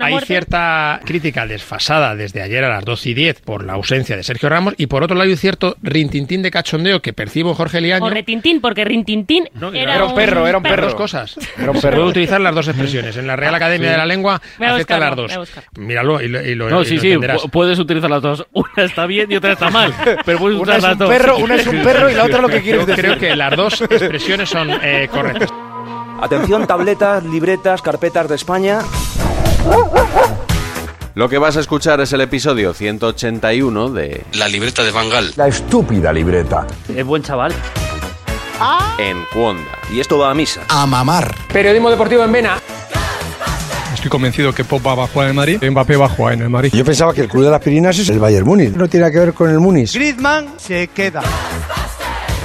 Una Hay muerte. cierta crítica desfasada desde ayer a las 12 y 10 por la ausencia de Sergio Ramos y por otro lado hay cierto rintintín de cachondeo que percibo Jorge Liaño. O retintín, porque rintintín No, era, era un perro, era un Las perro. dos cosas. Era un Se perro. puede utilizar las dos expresiones. En la Ah, Real Academia de la Lengua Voy a acepta buscarlo, las voy a dos. buscarlo. Míralo y lo, y lo- No, y sí, lo sí, entenderás. pu- puedes utilizar las dos. Una está bien y otra está mal. Pero puedes Una usar es las un dos. perro, una es un perro y la otra lo que quieres Yo decir. creo que las dos expresiones son eh, correctas. Atención, tabletas, libretas, carpetas de España. Lo que vas a escuchar es el episodio 181 de La libreta de Bangal. La estúpida libreta. Es buen chaval. Ah. En Cuonda. Y esto va a misa. periodismo deportivo en Vena. Estoy convencido que Pop va a jugar en el Madrid, Mbappé va a jugar en el Madrid. Yo pensaba que el club de las Pirinas es el Bayern Múnich. No tiene que ver con el Múnich. Griezmann se queda.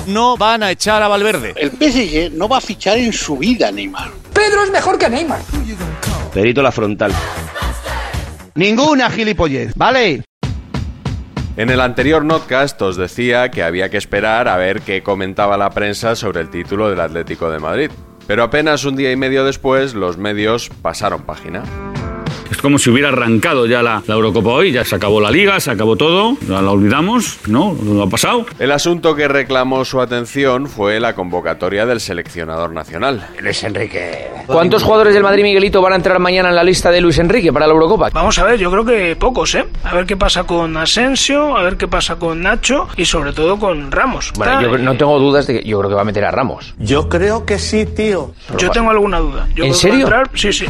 No van a echar a Valverde. El PSG no va a fichar en su vida, Neymar. Pedro es mejor que Neymar. Perito la frontal. Ninguna gilipollez, ¿vale? En el anterior notcast os decía que había que esperar a ver qué comentaba la prensa sobre el título del Atlético de Madrid. Pero apenas un día y medio después, los medios pasaron página. Es como si hubiera arrancado ya la, la Eurocopa hoy, ya se acabó la liga, se acabó todo, la, la olvidamos, ¿no? No ha pasado. El asunto que reclamó su atención fue la convocatoria del seleccionador nacional. ¿Cuántos jugadores del Madrid Miguelito van a entrar mañana en la lista de Luis Enrique para la Eurocopa? Vamos a ver, yo creo que pocos, ¿eh? A ver qué pasa con Asensio, a ver qué pasa con Nacho y sobre todo con Ramos. Bueno, yo no tengo dudas de que yo creo que va a meter a Ramos. Yo creo que sí, tío. Yo tengo alguna duda. Yo ¿En creo que va a serio? entrar- Sí, sí.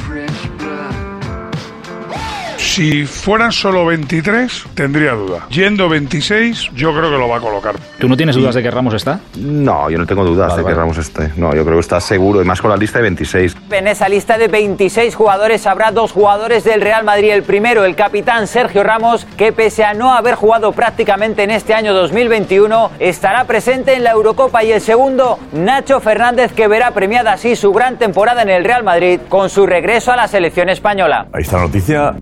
Si fueran solo 23, tendría duda. Yendo 26, yo creo que lo va a colocar. ¿Tú no tienes dudas de que Ramos está? No, yo no tengo dudas de que Ramos esté. No, yo creo que está seguro. Y más con la lista de 26. En esa lista de 26 jugadores habrá dos jugadores del Real Madrid. El primero, el capitán Sergio Ramos, que pese a no haber jugado prácticamente en este año 2021, estará presente en la Eurocopa. Y el segundo, Nacho Fernández, que verá premiada así su gran temporada en el Real Madrid con su regreso a la selección española. Ahí está la noticia.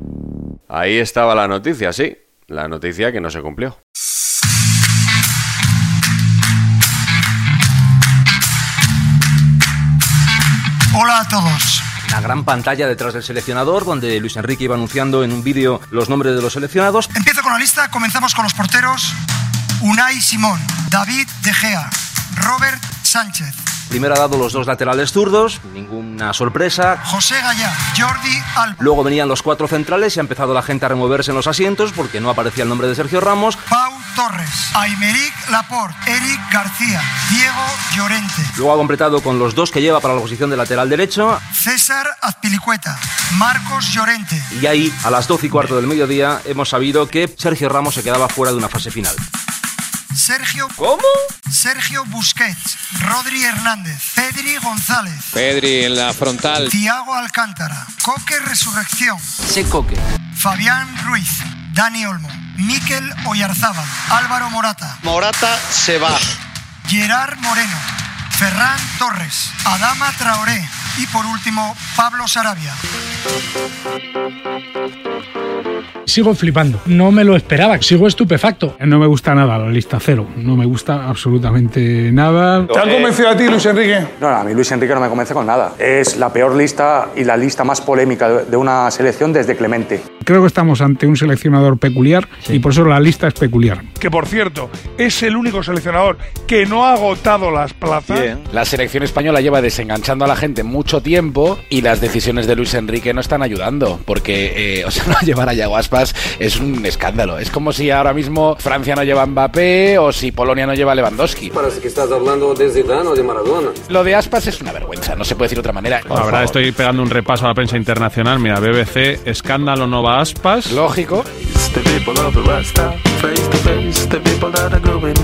Ahí estaba la noticia, sí. La noticia que no se cumplió. La gran pantalla detrás del seleccionador, donde Luis Enrique iba anunciando en un vídeo los nombres de los seleccionados. Empieza con la lista, comenzamos con los porteros. Unai Simón, David De Gea, Robert Sánchez, Primero ha dado los dos laterales zurdos, ninguna sorpresa. José Gallá, Jordi Alba, Luego venían los cuatro centrales y ha empezado la gente a removerse en los asientos porque no aparecía el nombre de Sergio Ramos. Pau Torres, Aymeric Laporte, Eric García, Diego Llorente, Luego ha completado con los dos que lleva para la posición de lateral derecho. César Azpilicueta, Marcos Llorente. Y ahí, a las 12 y cuarto del mediodía, hemos sabido que Sergio Ramos se quedaba fuera de una fase final. Sergio. ¿Cómo? Sergio Busquets, Rodri Hernández, Pedri González. Pedri en la frontal. Tiago Alcántara, Coque Resurrección. Secoque. Fabián Ruiz, Dani Olmo, Miquel Oyarzábal, Álvaro Morata. Morata se va. Gerard Moreno, Ferran Torres, Adama Traoré y por último Pablo Sarabia. Sigo flipando, no me lo esperaba, sigo estupefacto. No me gusta nada la lista cero, no me gusta absolutamente nada. ¿Te han convencido a ti, Luis Enrique? Eh, No, no, a mí Luis Enrique no me convence con nada. Es la peor lista y la lista más polémica de- de una selección desde Clemente. Creo que estamos ante un seleccionador peculiar y por eso la lista es peculiar. Que por cierto, es el único seleccionador que no ha agotado las plazas. La selección española lleva desenganchando a la gente mucho tiempo y las decisiones de Luis Enrique no están ayudando, porque, eh, o sea, no llevar a Yago Aspas es un escándalo. Es como si ahora mismo Francia no lleva a Mbappé o si Polonia no lleva a Lewandowski. Parece que estás hablando de Zidane o de Maradona. Lo de Aspas es una vergüenza, Pues, no se puede decir de otra manera. La verdad, estoy pegando un repaso a la prensa internacional. Mira, BBC, escándalo Nova Aspas. Lógico.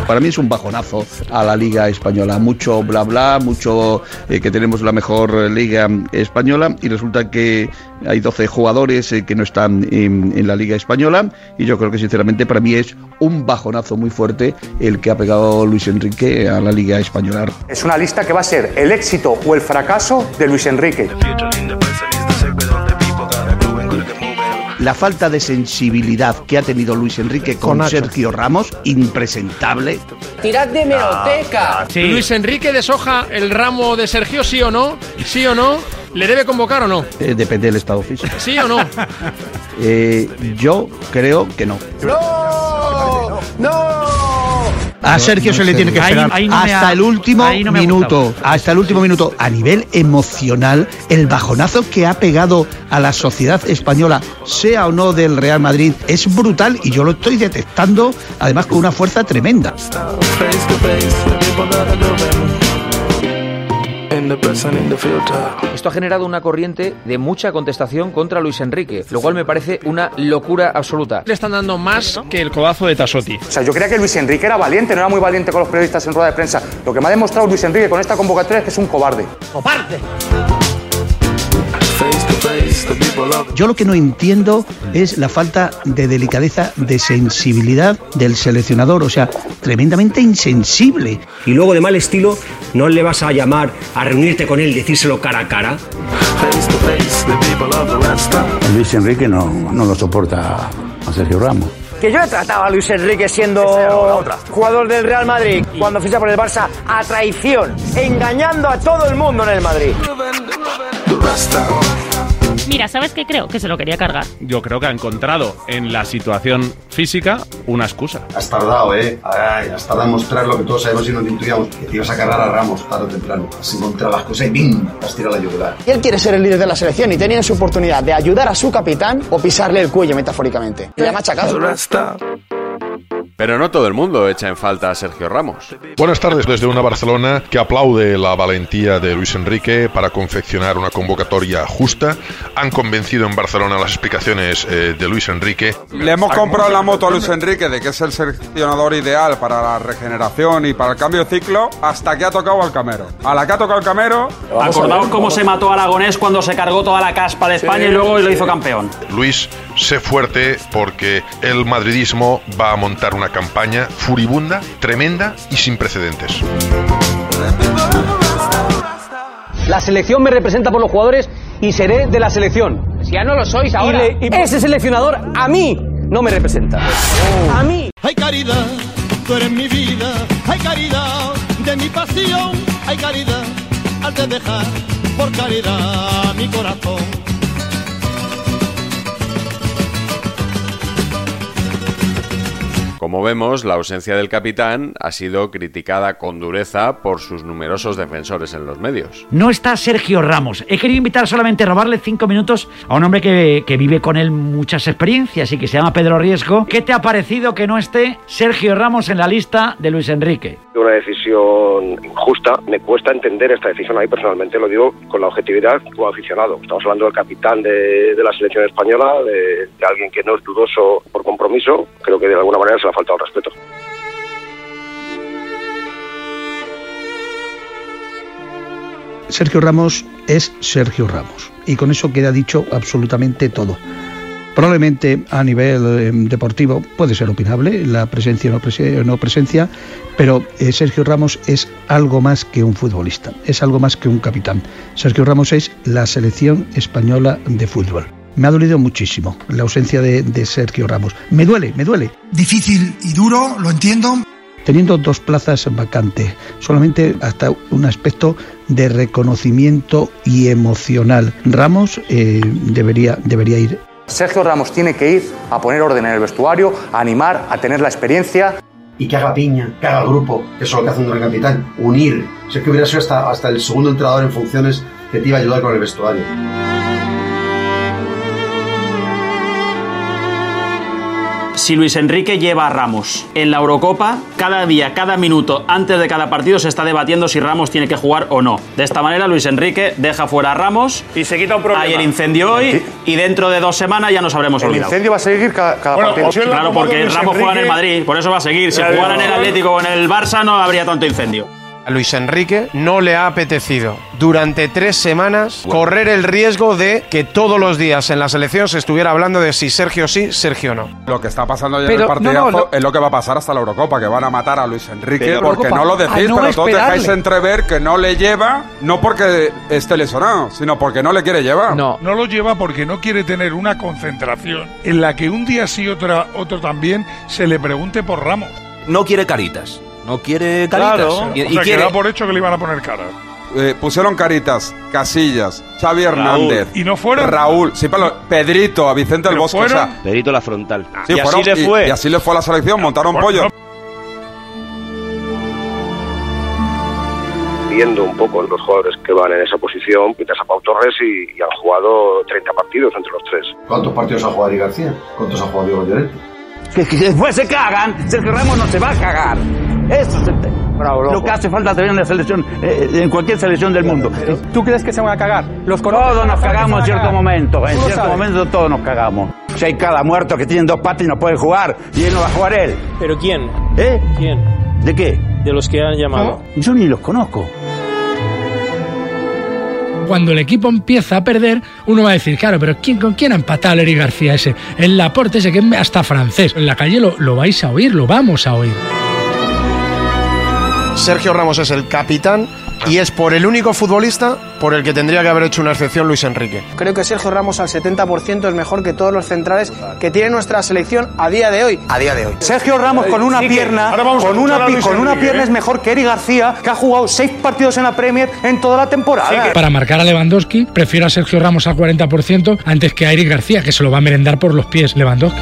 Para mí es un bajonazo a la Liga Española. Mucho bla bla, mucho eh, que tenemos la mejor eh, Liga Española y resulta que hay 12 jugadores eh, que no están en, en la Liga Española. Y yo creo que sinceramente para mí es un bajonazo muy fuerte el que ha pegado Luis Enrique a la Liga Española. Es una lista que va a ser el éxito o el fracaso de Luis Enrique. La falta de sensibilidad que ha tenido Luis Enrique con, Sergio Ramos, impresentable. Tirad de hemeroteca. Ah, sí. Luis Enrique deshoja el ramo de Sergio, sí o no, sí o no. ¿Le debe convocar o no? Eh, depende del estado físico. ¿Sí o no? Eh, yo creo que no. ¡No! ¡No! A Sergio se le tiene que esperar hasta el último minuto, hasta el último minuto. A nivel emocional, el bajonazo que ha pegado a la sociedad española, sea o no del Real Madrid, es brutal y yo lo estoy detectando, además con una fuerza tremenda. Esto ha generado una corriente de mucha contestación contra Luis Enrique, lo cual me parece una locura absoluta. Le están dando más que el codazo de Tasotti. O sea, yo creía que Luis Enrique era valiente, no era muy valiente con los periodistas en rueda de prensa. Lo que me ha demostrado Luis Enrique con esta convocatoria es que es un cobarde. ¡Cobarde! Yo lo que no entiendo es la falta de delicadeza, de sensibilidad del seleccionador, o sea, tremendamente insensible. Y luego de mal estilo, no le vas a llamar a reunirte con él, decírselo cara a cara. Luis Enrique no, no lo soporta a Sergio Ramos. Que yo he tratado a Luis Enrique siendo jugador del Real Madrid cuando ficha por el Barça a traición, engañando a todo el mundo en el Madrid. Mira, ¿sabes qué creo? Que se lo quería cargar. Yo creo que ha encontrado en la situación física una excusa. Has tardado, ¿eh? Ay, has tardado en mostrar lo que todos sabemos y nos intuíamos, que te ibas a cargar a Ramos tarde o temprano. Has encontrado las cosas y ¡bim! Te has tirado la yugular. Y él quiere ser el líder de la selección y tenía su oportunidad de ayudar a su capitán o pisarle el cuello metafóricamente. Y Le ha machacado. Pero no todo el mundo echa en falta a Sergio Ramos. Buenas tardes desde una Barcelona que aplaude la valentía de Luis Enrique para confeccionar una convocatoria justa. Han convencido en Barcelona las explicaciones eh, de Luis Enrique. Le hemos comprado la moto a Luis Enrique de que es el seleccionador ideal para la regeneración y para el cambio de ciclo hasta que ha tocado al camero. A la que ha tocado al camero... pues, Acordaos cómo se mató a Aragonés cuando se cargó toda la caspa de España y luego lo hizo campeón. Luis, sé fuerte porque el madridismo va a montar una campaña furibunda, tremenda y sin precedentes. La selección me representa por los jugadores y seré de la selección. Si ya no lo sois ahora. ese seleccionador a mí no me representa. A mí. Ay, caridad, tú eres mi vida. Ay, caridad, de mi pasión. Ay, caridad, al de dejar por caridad mi corazón. Como vemos, la ausencia del capitán ha sido criticada con dureza por sus numerosos defensores en los medios. No está Sergio Ramos. He querido invitar solamente a robarle cinco minutos a un hombre que, que vive con él muchas experiencias y que se llama Pedro Riesgo. ¿Qué te ha parecido que no esté Sergio Ramos en la lista de Luis Enrique? Una decisión injusta. Me cuesta entender esta decisión. Ahí personalmente lo digo con la objetividad como aficionado. Estamos hablando del capitán de, de la selección española, de, de alguien que no es dudoso por compromiso. Creo que de alguna manera se le ha faltado el respeto. Sergio Ramos es Sergio Ramos. Y con eso queda dicho absolutamente todo. Probablemente a nivel eh, deportivo puede ser opinable la presencia o no, prese- o no presencia, pero eh, Sergio Ramos es algo más que un futbolista, es algo más que un capitán. Sergio Ramos es la selección española de fútbol. me ha dolido muchísimo la ausencia de, de Sergio Ramos. Me duele, me duele. Difícil y duro, lo entiendo. Teniendo dos plazas vacantes, solamente hasta un aspecto de reconocimiento y emocional. Ramos eh, debería, debería ir. Sergio Ramos tiene que ir a poner orden en el vestuario, a animar, a tener la experiencia. Y que haga piña, que haga grupo, que eso es lo que hace un gran capitán, unir. Si es que hubiera sido hasta, hasta el segundo entrenador en funciones que te iba a ayudar con el vestuario. Si Luis Enrique lleva a Ramos en la Eurocopa, cada día, cada minuto, antes de cada partido se está debatiendo si Ramos tiene que jugar o no. De esta manera, Luis Enrique deja fuera a Ramos. Y se quita un problema. Hay el incendio hoy y dentro de dos semanas ya nos habremos El olvidado. incendio va a seguir cada, cada partido. claro, porque Ramos juega en el Madrid, por eso va a seguir. Si Claro. jugara en el Atlético o en el Barça no habría tanto incendio. A Luis Enrique no le ha apetecido durante tres semanas correr el riesgo de que todos los días en la selección se estuviera hablando de si Sergio sí, Sergio no. Lo que está pasando ya en Pero, el partidazo no, no, lo- es lo que va a pasar hasta la Eurocopa, que van a matar a Luis Enrique Pero- porque Eurocopa. no lo decís, A no pero todos esperarle. dejáis entrever que no le lleva, no porque esté lesionado, sino porque no le quiere llevar. No. No lo lleva porque no quiere tener una concentración en la que un día sí, otra, otro también, se le pregunte por Ramos. No quiere caritas. No quiere caritas. Claro, Y- o y sea, quiere- que da por hecho que le iban a poner cara. Eh, pusieron caritas, Casillas, Xavi Raúl. Hernández. ¿Y no fueron? Raúl, sí, pero- Pedrito, a Vicente del ¿Pero Bosque. fueron? Pedrito la frontal. Y así le fue. Y, así le fue a la selección, montaron Bueno, pollo. viendo un poco los jugadores que van en esa posición, quitas a Pau Torres y, y han jugado 30 partidos entre los tres. ¿Cuántos partidos ha jugado Ari García? ¿Cuántos ha jugado Diego Llorente? Que, que después se cagan, Sergio Ramos no se va a cagar. Eso es el te- lo que hace falta también en la selección, eh, en cualquier selección del mundo. Eh, ¿Tú crees que se van a cagar? Los Todos nos cagamos en cierto momento, en cierto momento todos nos cagamos. Si hay cada muerto que tienen dos patas y no pueden jugar, y él no va a jugar él. ¿Pero quién? ¿Eh? ¿Quién? ¿De qué? De los que han llamado. Yo ni los conozco. Cuando el equipo empieza a perder, uno va a decir, claro, pero ¿quién, ¿con quién ha empatado el Eric García ese? El Laporte ese que es hasta francés. En la calle lo, lo vais a oír, lo vamos a oír. Sergio Ramos es el capitán y es por el único futbolista por el que tendría que haber hecho una excepción Luis Enrique. Creo que Sergio Ramos al 70% es mejor que todos los centrales que tiene nuestra selección a día de hoy. A día de hoy. Sergio Ramos con una Sí que- pierna, ahora vamos a con una, escuchar a pi- Luis con una Enrique, pierna ¿eh? es mejor que Eri García, que ha jugado seis partidos en la Premier en toda la temporada. Para marcar a Lewandowski, prefiero a Sergio Ramos al 40% antes que a Eric García, que se lo va a merendar por los pies Lewandowski.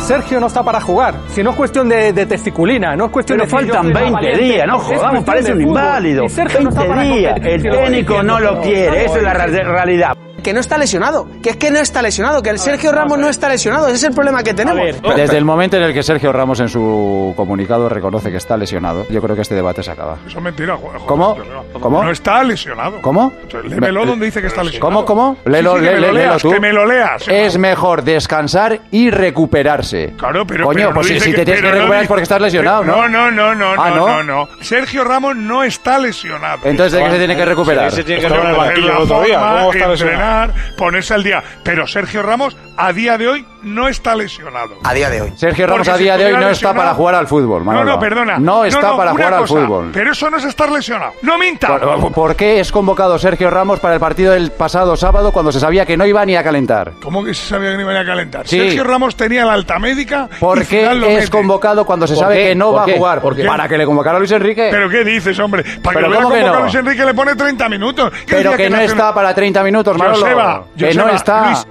Sergio no está para jugar. Si no es cuestión de, de testiculina, no es cuestión Pero de. que yo faltan soy más 20 valiente. días, no Es jodamos, cuestión parece de un fútbol. inválido. Y Sergio no está 20 para días, competir, el si lo estoy técnico diciendo, no lo pero- quiere, esa es la Estamos- ra- realidad. Que no está lesionado, que es que no está lesionado, que el Sergio Ramos no está lesionado, ese es el problema que tenemos. Desde el momento en el que Sergio Ramos en su comunicado reconoce que está lesionado, yo creo que este debate se acaba. Eso es mentira. jo- joder, ¿Cómo? Sergio Ramos. ¿Cómo? No está lesionado. ¿Cómo? Lémelo donde dice que está lesionado. ¿Cómo, cómo? Sí, sí, Léelo, que me lé- lo léelo leas, tú. que me lo leas. Es mejor descansar y recuperarse. Claro, pero. Coño, pero no pues si- dice si te tienes pero que no recuperar dice- es porque estás lesionado, ¿no? No, no, no, no, Ah, no, ¿no? no, no. Sergio Ramos no está lesionado. Entonces, ¿de qué se tiene que recuperar? Se tiene que Estaba en el recuperar banquillo la el otro día, forma, ¿cómo va a estar lesionado? entrenar, ponerse al día. Pero Sergio Ramos a día de hoy no está lesionado. A día de hoy. Sergio Ramos Porque a si día de hoy estuviera no está lesionado- para jugar al fútbol, No, Manolo. no, perdona. No está una para jugar al cosa, fútbol. Pero eso no es estar lesionado. ¡No minta! ¿Por, por qué es convocado Sergio Ramos para el partido del pasado sábado cuando se sabía que no iba ni a calentar? ¿Cómo que se sabía que no iba a calentar? Sí. Sergio Ramos tenía la alta médica. ¿Por y qué Zidane lo es mete. convocado cuando se ¿Por sabe qué? que no ¿Por va qué? a jugar? ¿Por qué? ¿Para que le convocara a Luis Enrique? ¿Pero qué dices, hombre? Para ¿Pero que lo cómo que hubiera convocado no? Luis Enrique le pone 30 minutos. ¿Qué Pero día que no nació- está para 30 minutos, Manolo. Joseba, que no Joseba, está. Luis-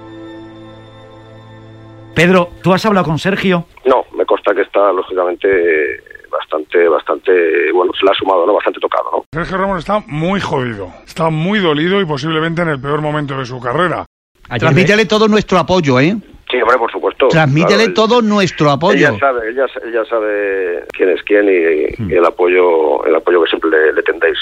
Pedro, ¿tú has hablado con Sergio? No, me consta que está lógicamente eh, bastante, bastante, bueno, se la ha sumado, ¿no? Bastante tocado, ¿no? Sergio Ramos está muy jodido. Está muy dolido y posiblemente en el peor momento de su carrera. Transmítele todo nuestro apoyo, ¿eh? Sí, hombre, por supuesto. Transmítele Claro, él- todo nuestro apoyo. Ella sabe, ella, ella sabe quién es quién y, y el apoyo, el apoyo que siempre le, le tendéis.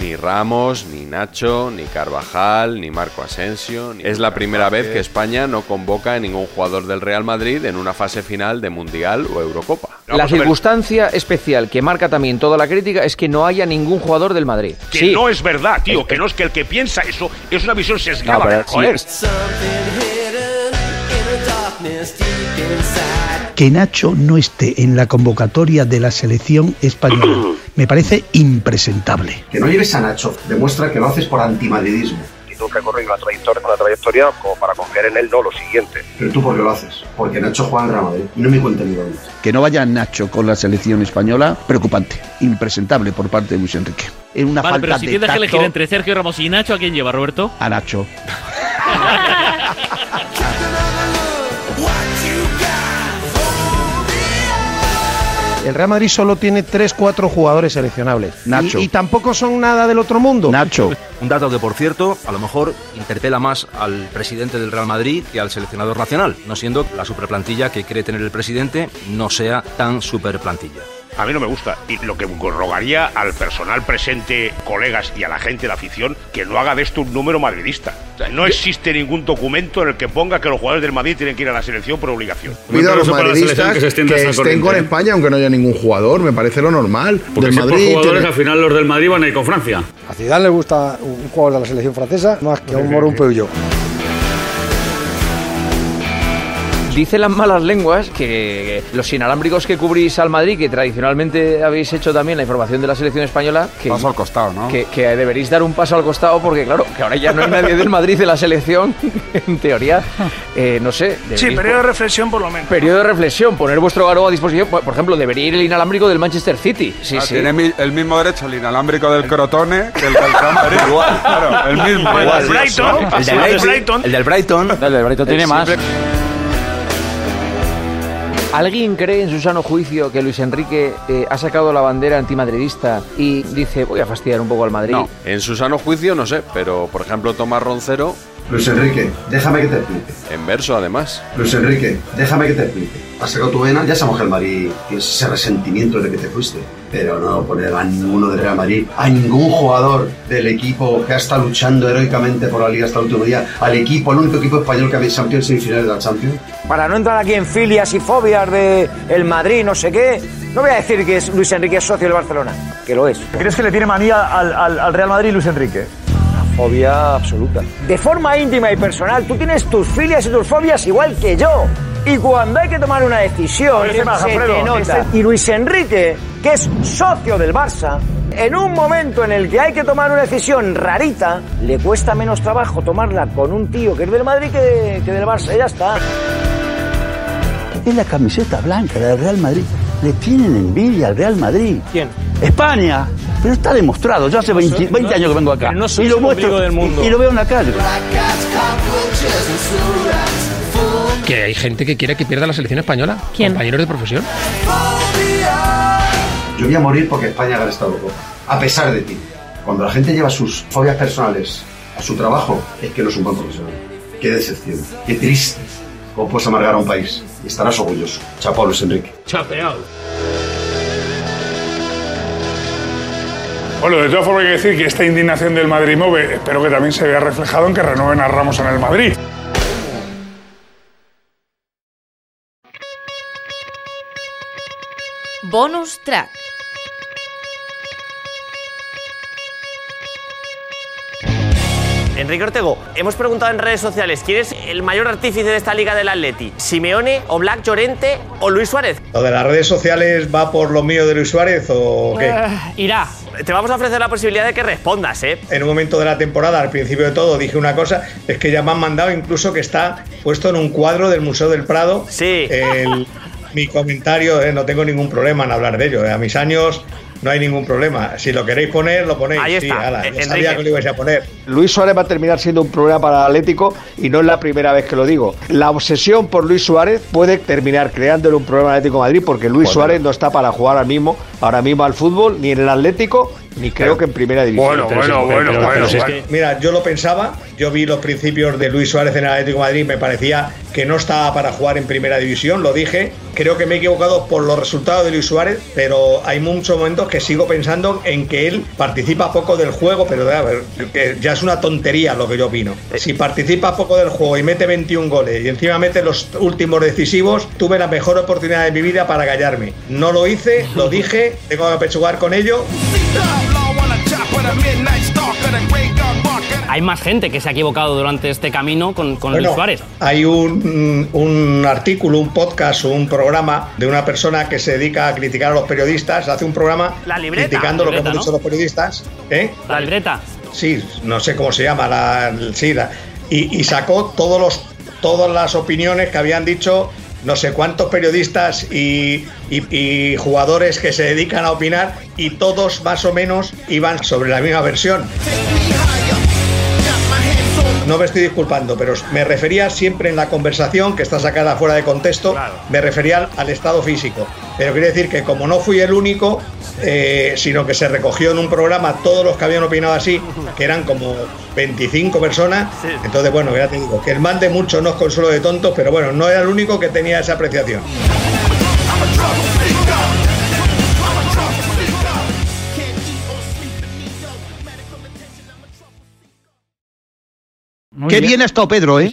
Ni Ramos, ni Nacho, ni Carvajal, ni Marco Asensio. ni- es la primera vez que España no convoca a ningún jugador del Real Madrid en una fase final de Mundial o Eurocopa. La circunstancia especial que marca también toda la crítica es que no haya ningún jugador del Madrid. Que no es verdad, tío. Que no es que el que piensa eso es una visión sesgada. No, pero sí joder. es- Que Nacho no esté en la convocatoria de la selección española me parece impresentable. Que no lleves a Nacho demuestra que lo haces por antimadridismo. Y tú que corres una trayectoria, una trayectoria como para coger en él no lo siguiente. Pero tú, ¿por qué lo haces? Porque Nacho juega en Real Madrid y no me cuenta ni lo demás. Que no vaya Nacho con la selección española, preocupante, impresentable por parte de Luis Enrique. Es una Vale, falta pero si de tienes que tacto elegir entre Sergio Ramos y Nacho, ¿a quién lleva, Roberto? a Nacho. El Real Madrid solo tiene 3-4 jugadores seleccionables. Nacho. Y, y tampoco son nada del otro mundo. Nacho. Un dato que, por cierto, a lo mejor interpela más al presidente del Real Madrid que al seleccionador nacional, no siendo que la superplantilla que quiere tener el presidente no sea tan superplantilla. A mí no me gusta. Y lo que rogaría al personal presente, colegas y a la gente, la afición, que no haga de esto un número madridista. O sea, No existe ningún documento en el que ponga que los jugadores del Madrid tienen que ir a la selección por obligación. Pido a los madridistas que, estén con España, aunque no haya ningún jugador, me parece lo normal. ¿eh? Porque Del si es por Madrid jugadores, tiene- al final los del Madrid van a ir con Francia. A Zidane le gusta un jugador de la selección francesa más que a un moro un peullo. Dicen las malas lenguas que los inalámbricos que cubrís al Madrid, que tradicionalmente habéis hecho también la información de la selección española, que, Paso al costado, ¿no? que, que deberéis dar un paso al costado porque, claro, que ahora ya no hay nadie del Madrid de la selección, en teoría, eh, no sé. Sí, deberéis- periodo de reflexión por lo menos. Periodo de reflexión, poner vuestro garo a disposición. Por por ejemplo, debería ir el inalámbrico del Manchester City. Sí, Ah, sí. tiene mi- el mismo derecho el inalámbrico del Crotone que el del Real Madrid. Igual. claro, el mismo. Igual. Igual. El Brighton. El del El del Brighton. Brighton. El del Brighton. El del Brighton tiene más. ¿Alguien cree en su sano juicio que Luis Enrique eh, ha sacado la bandera antimadridista y dice voy a fastidiar un poco al Madrid? No. En su sano juicio, no sé, pero por ejemplo, Tomás Roncero. Luis Enrique, déjame que te explique. En verso, además. Luis Enrique, déjame que te explique. Has sacado tu vena, ya sabemos que el Madrid tiene ese resentimiento de que te fuiste. Pero no poner a ninguno del Real Madrid, a ningún jugador del equipo que ha estado luchando heroicamente por la Liga hasta el último día, al equipo, al único equipo español que había campeón semifinales de la Champions. Para no entrar aquí en filias y fobias de el Madrid, no sé qué, no voy a decir que es Luis Enrique es socio del Barcelona, que lo es. ¿Crees que le tiene manía al, al- al Real Madrid Luis Enrique? Fobia absoluta. De forma íntima y personal, tú tienes tus filias y tus fobias igual que yo. Y cuando hay que tomar una decisión, A ver, ¿qué más, se Alfredo? te nota. Ese- Y Luis Enrique, que es socio del Barça, en un momento en el que hay que tomar una decisión rarita, le cuesta menos trabajo tomarla con un tío que es del Madrid que, que del Barça. Y ya está. Es la camiseta blanca del Real Madrid. Le tienen envidia al Real Madrid. ¿Quién? España. Pero está demostrado. Yo hace 20, 20 años que vengo acá. Pero no sois y lo el ombligo del mundo. Y, y lo veo en la calle. Que hay gente que quiere que pierda la selección española. Compañeros de profesión. Yo voy a morir porque España gana esta Eurocopa, a pesar de ti. Cuando la gente lleva sus fobias personales a su trabajo, es que no es un buen profesional. Qué decepción, qué triste. ¿Cómo puedes amargar a un país? Y estarás orgulloso. Chapó, Luis Enrique. Chapeado. Bueno, de todas formas hay que decir que esta indignación del Madrid Move espero que también se vea reflejado en que renueven a Ramos en el Madrid. Bonus track. Enrique Ortego, hemos preguntado en redes sociales quién es el mayor artífice de esta liga del Atleti, Simeone o Black Llorente o Luis Suárez. ¿Lo de las redes sociales va por lo mío de Luis Suárez o qué? Ah, Irá, te vamos a ofrecer la posibilidad de que respondas, ¿eh? En un momento de la temporada, al principio de todo, dije una cosa, es que ya me han mandado incluso que está puesto en un cuadro del Museo del Prado. Sí. mi comentario, eh, no tengo ningún problema en hablar de ello. eh, A mis años no hay ningún problema. Si lo queréis poner, lo ponéis. Ahí Sí, está, ala, eh, ya sabía Enrique. que lo ibais a poner. Luis Suárez va a terminar siendo un problema para el Atlético y no es la primera vez que lo digo. La obsesión por Luis Suárez puede terminar creándole un problema al Atlético de Madrid porque Luis Suárez no está para jugar ahora mismo, ahora mismo al fútbol, ni en el Atlético, ni creo que en primera división. Mira, yo lo pensaba, yo vi los principios de Luis Suárez en el Atlético de Madrid, me parecía que no estaba para jugar en primera división, lo dije. Creo que me he equivocado por los resultados de Luis Suárez, pero hay muchos momentos que sigo pensando en que él participa poco del juego, pero a ver, que ya es una tontería lo que yo opino. Eh. Si participa poco del juego y mete 21 goles y encima mete los últimos decisivos, tuve la mejor oportunidad de mi vida para callarme. No lo hice, lo dije, tengo que pechugar con ello. hay más gente que se ha equivocado durante este camino con, con Bueno, Luis Suárez. Hay un, un artículo, un podcast, un programa de una persona que se dedica a criticar a los periodistas. Hace un programa La libreta, criticando lo la que libreta, hemos dicho ¿no? los periodistas. ¿eh? La libreta. Sí, no sé cómo se llama. La, sí, la- y, y sacó todos los, todas las opiniones que habían dicho no sé cuántos periodistas y, y- y jugadores que se dedican a opinar y todos más o menos iban sobre la misma versión. No me estoy disculpando, pero me refería siempre en la conversación, que está sacada fuera de contexto, me refería al, al estado físico. Pero quiere decir que como no fui el único, eh, sino que se recogió en un programa todos los que habían opinado así, que eran como 25 personas, entonces bueno, ya te digo, que el mal de muchos no es consuelo de tontos, pero bueno, no era el único que tenía esa apreciación. Oh, Qué bien ha estado Pedro, ¿eh?